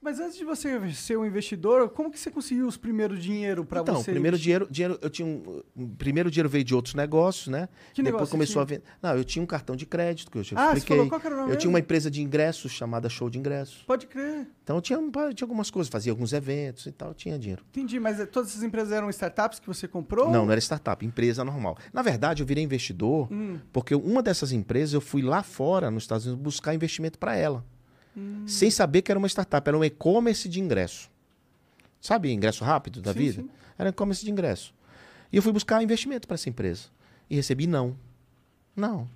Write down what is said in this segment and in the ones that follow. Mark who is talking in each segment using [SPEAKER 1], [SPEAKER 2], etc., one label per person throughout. [SPEAKER 1] Mas antes de você ser um investidor, como que você conseguiu os primeiros dinheiro para
[SPEAKER 2] então,
[SPEAKER 1] você?
[SPEAKER 2] primeiro dinheiro, dinheiro, eu tinha um, um- primeiro dinheiro veio de outros negócios, né?
[SPEAKER 1] Que
[SPEAKER 2] Depois
[SPEAKER 1] negócio
[SPEAKER 2] começou a vender. Não, eu tinha um cartão de crédito que eu já
[SPEAKER 1] Ah, você
[SPEAKER 2] expliquei.
[SPEAKER 1] falou qual que era o nome
[SPEAKER 2] eu tinha
[SPEAKER 1] mesmo?
[SPEAKER 2] uma empresa de ingressos chamada Show de Ingressos.
[SPEAKER 1] Pode crer.
[SPEAKER 2] Então eu tinha, um pa- tinha algumas coisas, fazia alguns eventos e tal, tinha dinheiro.
[SPEAKER 1] Entendi, mas eh, todas essas empresas eram startups que você comprou?
[SPEAKER 2] Não, não era startup, empresa normal. Na verdade, eu virei investidor
[SPEAKER 1] Hum.
[SPEAKER 2] porque uma dessas empresas eu fui lá fora, nos Estados Unidos, buscar investimento para ela.
[SPEAKER 1] Hum.
[SPEAKER 2] Sem saber que era uma startup, era um e-commerce de ingresso. Sabe, ingresso rápido da
[SPEAKER 1] Sim,
[SPEAKER 2] vida?
[SPEAKER 1] sim.
[SPEAKER 2] Era um e-commerce de ingresso. E eu fui buscar investimento para essa empresa. E recebi não. Não.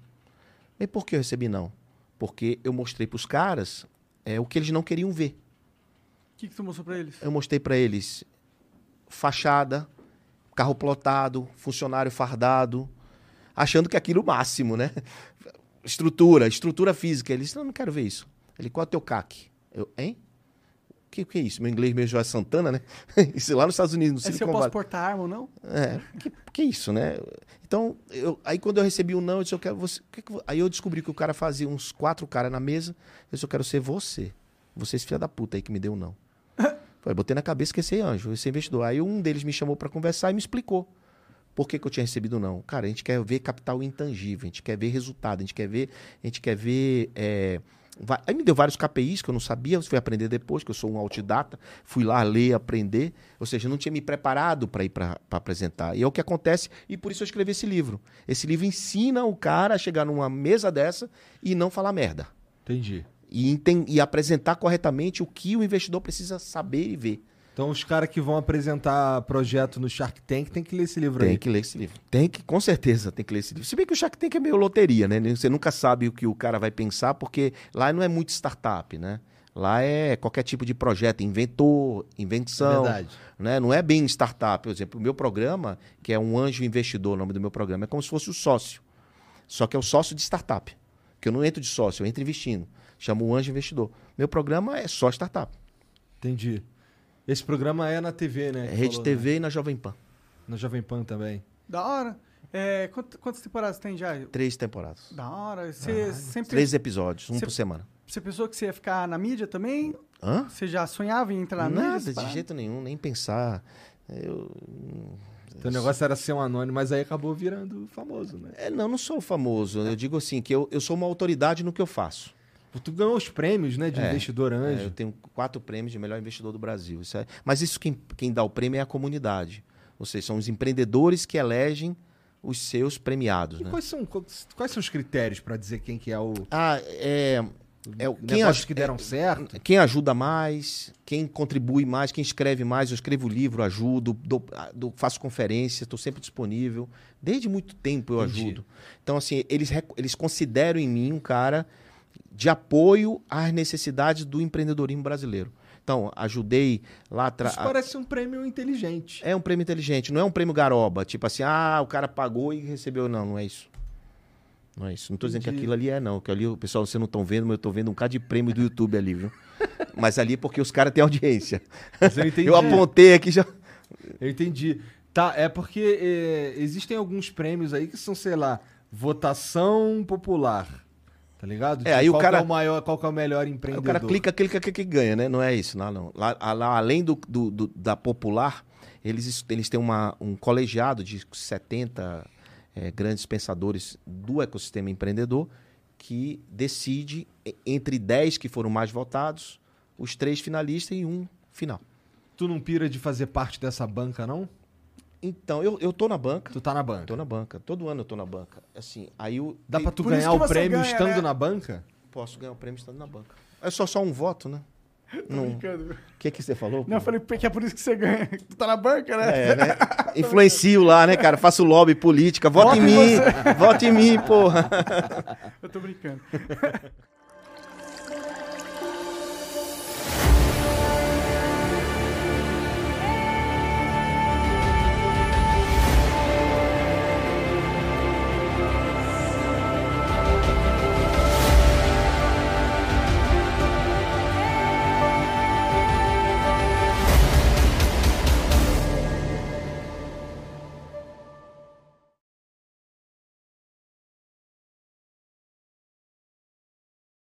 [SPEAKER 2] E por que eu recebi não? Porque eu mostrei para os caras é, o que eles não queriam ver
[SPEAKER 1] O que, que tu mostrou pra eles?
[SPEAKER 2] eu mostrei pra eles fachada, carro plotado, funcionário fardado, achando que aquilo é o máximo, né? Estrutura, estrutura física. Ele disse, não, não quero ver isso. Ele, qual é o teu CAC? Eu, hein? O que, que é isso? Meu inglês meio João Santana, né? isso lá nos Estados Unidos, no
[SPEAKER 1] É se eu
[SPEAKER 2] Silicon
[SPEAKER 1] posso
[SPEAKER 2] Valley.
[SPEAKER 1] portar arma ou não?
[SPEAKER 2] É, que, que isso, né? Então, eu- aí quando eu recebi o não, eu disse, eu quero você. o que que vo- aí eu descobri que o cara fazia uns quatro caras na mesa. Eu disse, eu quero ser você. Vocês, filha da puta aí que me deu o não. Falei, botei na cabeça que esse é anjo, esse é investidor. Aí um deles me chamou para conversar e me explicou por que, que eu tinha recebido o não. Cara, a gente quer ver capital intangível, a gente quer ver resultado, a gente quer ver. A gente quer ver é, va- Aí me deu vários KPIs que eu não sabia, eu fui aprender depois, que eu sou um autodidata, fui lá ler, aprender, ou seja, eu não tinha me preparado para ir para apresentar. E é o que acontece, e por isso eu escrevi esse livro. Esse livro ensina o cara a chegar numa mesa dessa e não falar merda
[SPEAKER 3] Entendi.
[SPEAKER 2] e, enten- e apresentar corretamente o que o investidor precisa saber e ver.
[SPEAKER 3] Então os caras que vão apresentar projeto no Shark Tank tem que ler esse livro
[SPEAKER 2] Tem
[SPEAKER 3] aí.
[SPEAKER 2] que ler esse livro. Tem que, com certeza, tem que ler esse livro. Se bem que o Shark Tank é meio loteria, né? Você nunca sabe o que o cara vai pensar, porque lá não é muito startup, né? Lá é qualquer tipo de projeto, inventor, invenção,
[SPEAKER 3] Verdade.
[SPEAKER 2] né? Não é bem startup. Por exemplo, o meu programa, que é um anjo investidor, o nome do meu programa, é como se fosse o sócio. Só que é o sócio de startup. Que eu não entro de sócio, eu entro investindo. Chamo o anjo investidor. Meu programa é só startup.
[SPEAKER 3] Entendi. Esse programa é na TV, né?
[SPEAKER 2] É
[SPEAKER 3] que
[SPEAKER 2] Rede
[SPEAKER 3] falou,
[SPEAKER 2] TV e na Jovem Pan.
[SPEAKER 3] né? Na Jovem Pan também.
[SPEAKER 1] Da hora. É, quant- quantas temporadas tem já?
[SPEAKER 2] Três temporadas.
[SPEAKER 1] Da hora. Você sempre
[SPEAKER 2] Três episódios, um
[SPEAKER 1] Você-
[SPEAKER 2] por semana.
[SPEAKER 1] você pensou que você ia ficar na mídia também?
[SPEAKER 2] Hã?
[SPEAKER 1] Você já sonhava em entrar na mídia?
[SPEAKER 2] Nada,
[SPEAKER 1] essas
[SPEAKER 2] de
[SPEAKER 1] paradas?
[SPEAKER 2] jeito nenhum, nem pensar. Eu...
[SPEAKER 3] Então o negócio era ser um anônimo, mas aí acabou virando famoso, né?
[SPEAKER 2] É, não, não sou famoso. Eu digo assim, que eu, eu sou uma autoridade no que eu faço.
[SPEAKER 3] Tu ganhou os prêmios, né? De investidor
[SPEAKER 2] É,
[SPEAKER 3] anjo.
[SPEAKER 2] eu tenho quatro prêmios de melhor investidor do Brasil. Isso é- Mas isso quem, quem dá o prêmio é a comunidade. Ou seja, são os empreendedores que elegem os seus premiados.
[SPEAKER 3] E
[SPEAKER 2] né?
[SPEAKER 3] quais são, quais são os critérios pra dizer quem que é o
[SPEAKER 2] Ah, é, é o- quem
[SPEAKER 3] negócio
[SPEAKER 2] aj-
[SPEAKER 3] que deram certo?
[SPEAKER 2] quem ajuda mais, quem contribui mais, quem escreve mais. Eu escrevo livro, ajudo, dou- ah, dou- faço conferência, estou sempre disponível. Desde muito tempo eu
[SPEAKER 3] Entendi.
[SPEAKER 2] ajudo. Então, assim, eles, reco- eles consideram em mim um cara de apoio às necessidades do empreendedorismo brasileiro. Então, ajudei lá atrás.
[SPEAKER 3] Isso parece um prêmio inteligente.
[SPEAKER 2] É um prêmio inteligente, não é um prêmio garoba. Tipo assim, ah, o cara pagou e recebeu. Não, não é isso. Não é isso. Não tô dizendo que
[SPEAKER 3] Entendi.
[SPEAKER 2] aquilo ali é, não. Que ali, o pessoal, vocês não estão vendo, mas eu tô vendo um cara de prêmio do YouTube ali, viu? Mas ali é porque os caras têm audiência.
[SPEAKER 3] Mas eu entendi.
[SPEAKER 2] Eu apontei aqui já.
[SPEAKER 3] Eu entendi. Tá, é porque é, existem alguns prêmios aí que são, sei lá, votação popular. Tá ligado?
[SPEAKER 2] É, aí o
[SPEAKER 3] qual
[SPEAKER 2] cara-
[SPEAKER 3] que é o maior, qual que é o melhor
[SPEAKER 2] Aí
[SPEAKER 3] empreendedor?
[SPEAKER 2] o cara clica, clica, clica e ganha, né? Não é isso, não, não. Lá, lá, além do, do- do- da popular, eles, eles têm uma, um colegiado de 70 eh, grandes pensadores do ecossistema empreendedor que decide e- entre 10 que foram mais votados, os três finalistas e um final.
[SPEAKER 3] Tu não pira de fazer parte dessa banca, não?
[SPEAKER 2] Então, eu, eu tô na banca.
[SPEAKER 3] Tu tá na banca.
[SPEAKER 2] Tô na banca. Todo ano eu tô na banca. Assim, aí eu
[SPEAKER 3] Dá pra tu
[SPEAKER 1] Por isso
[SPEAKER 3] ganhar
[SPEAKER 1] que
[SPEAKER 3] o
[SPEAKER 1] você
[SPEAKER 3] prêmio
[SPEAKER 1] ganha,
[SPEAKER 3] estando
[SPEAKER 1] né?
[SPEAKER 3] na banca?
[SPEAKER 2] posso ganhar o prêmio estando na banca. É só só um voto, né? Não.
[SPEAKER 1] Brincando.
[SPEAKER 2] O que, que você falou?
[SPEAKER 1] Não, eu falei que é por isso que você ganha. que Tu tá na banca, né?
[SPEAKER 2] É, né? Influencio lá, né, cara? Faço lobby política. Vota em mim. Vota em mim, porra.
[SPEAKER 1] Eu tô brincando.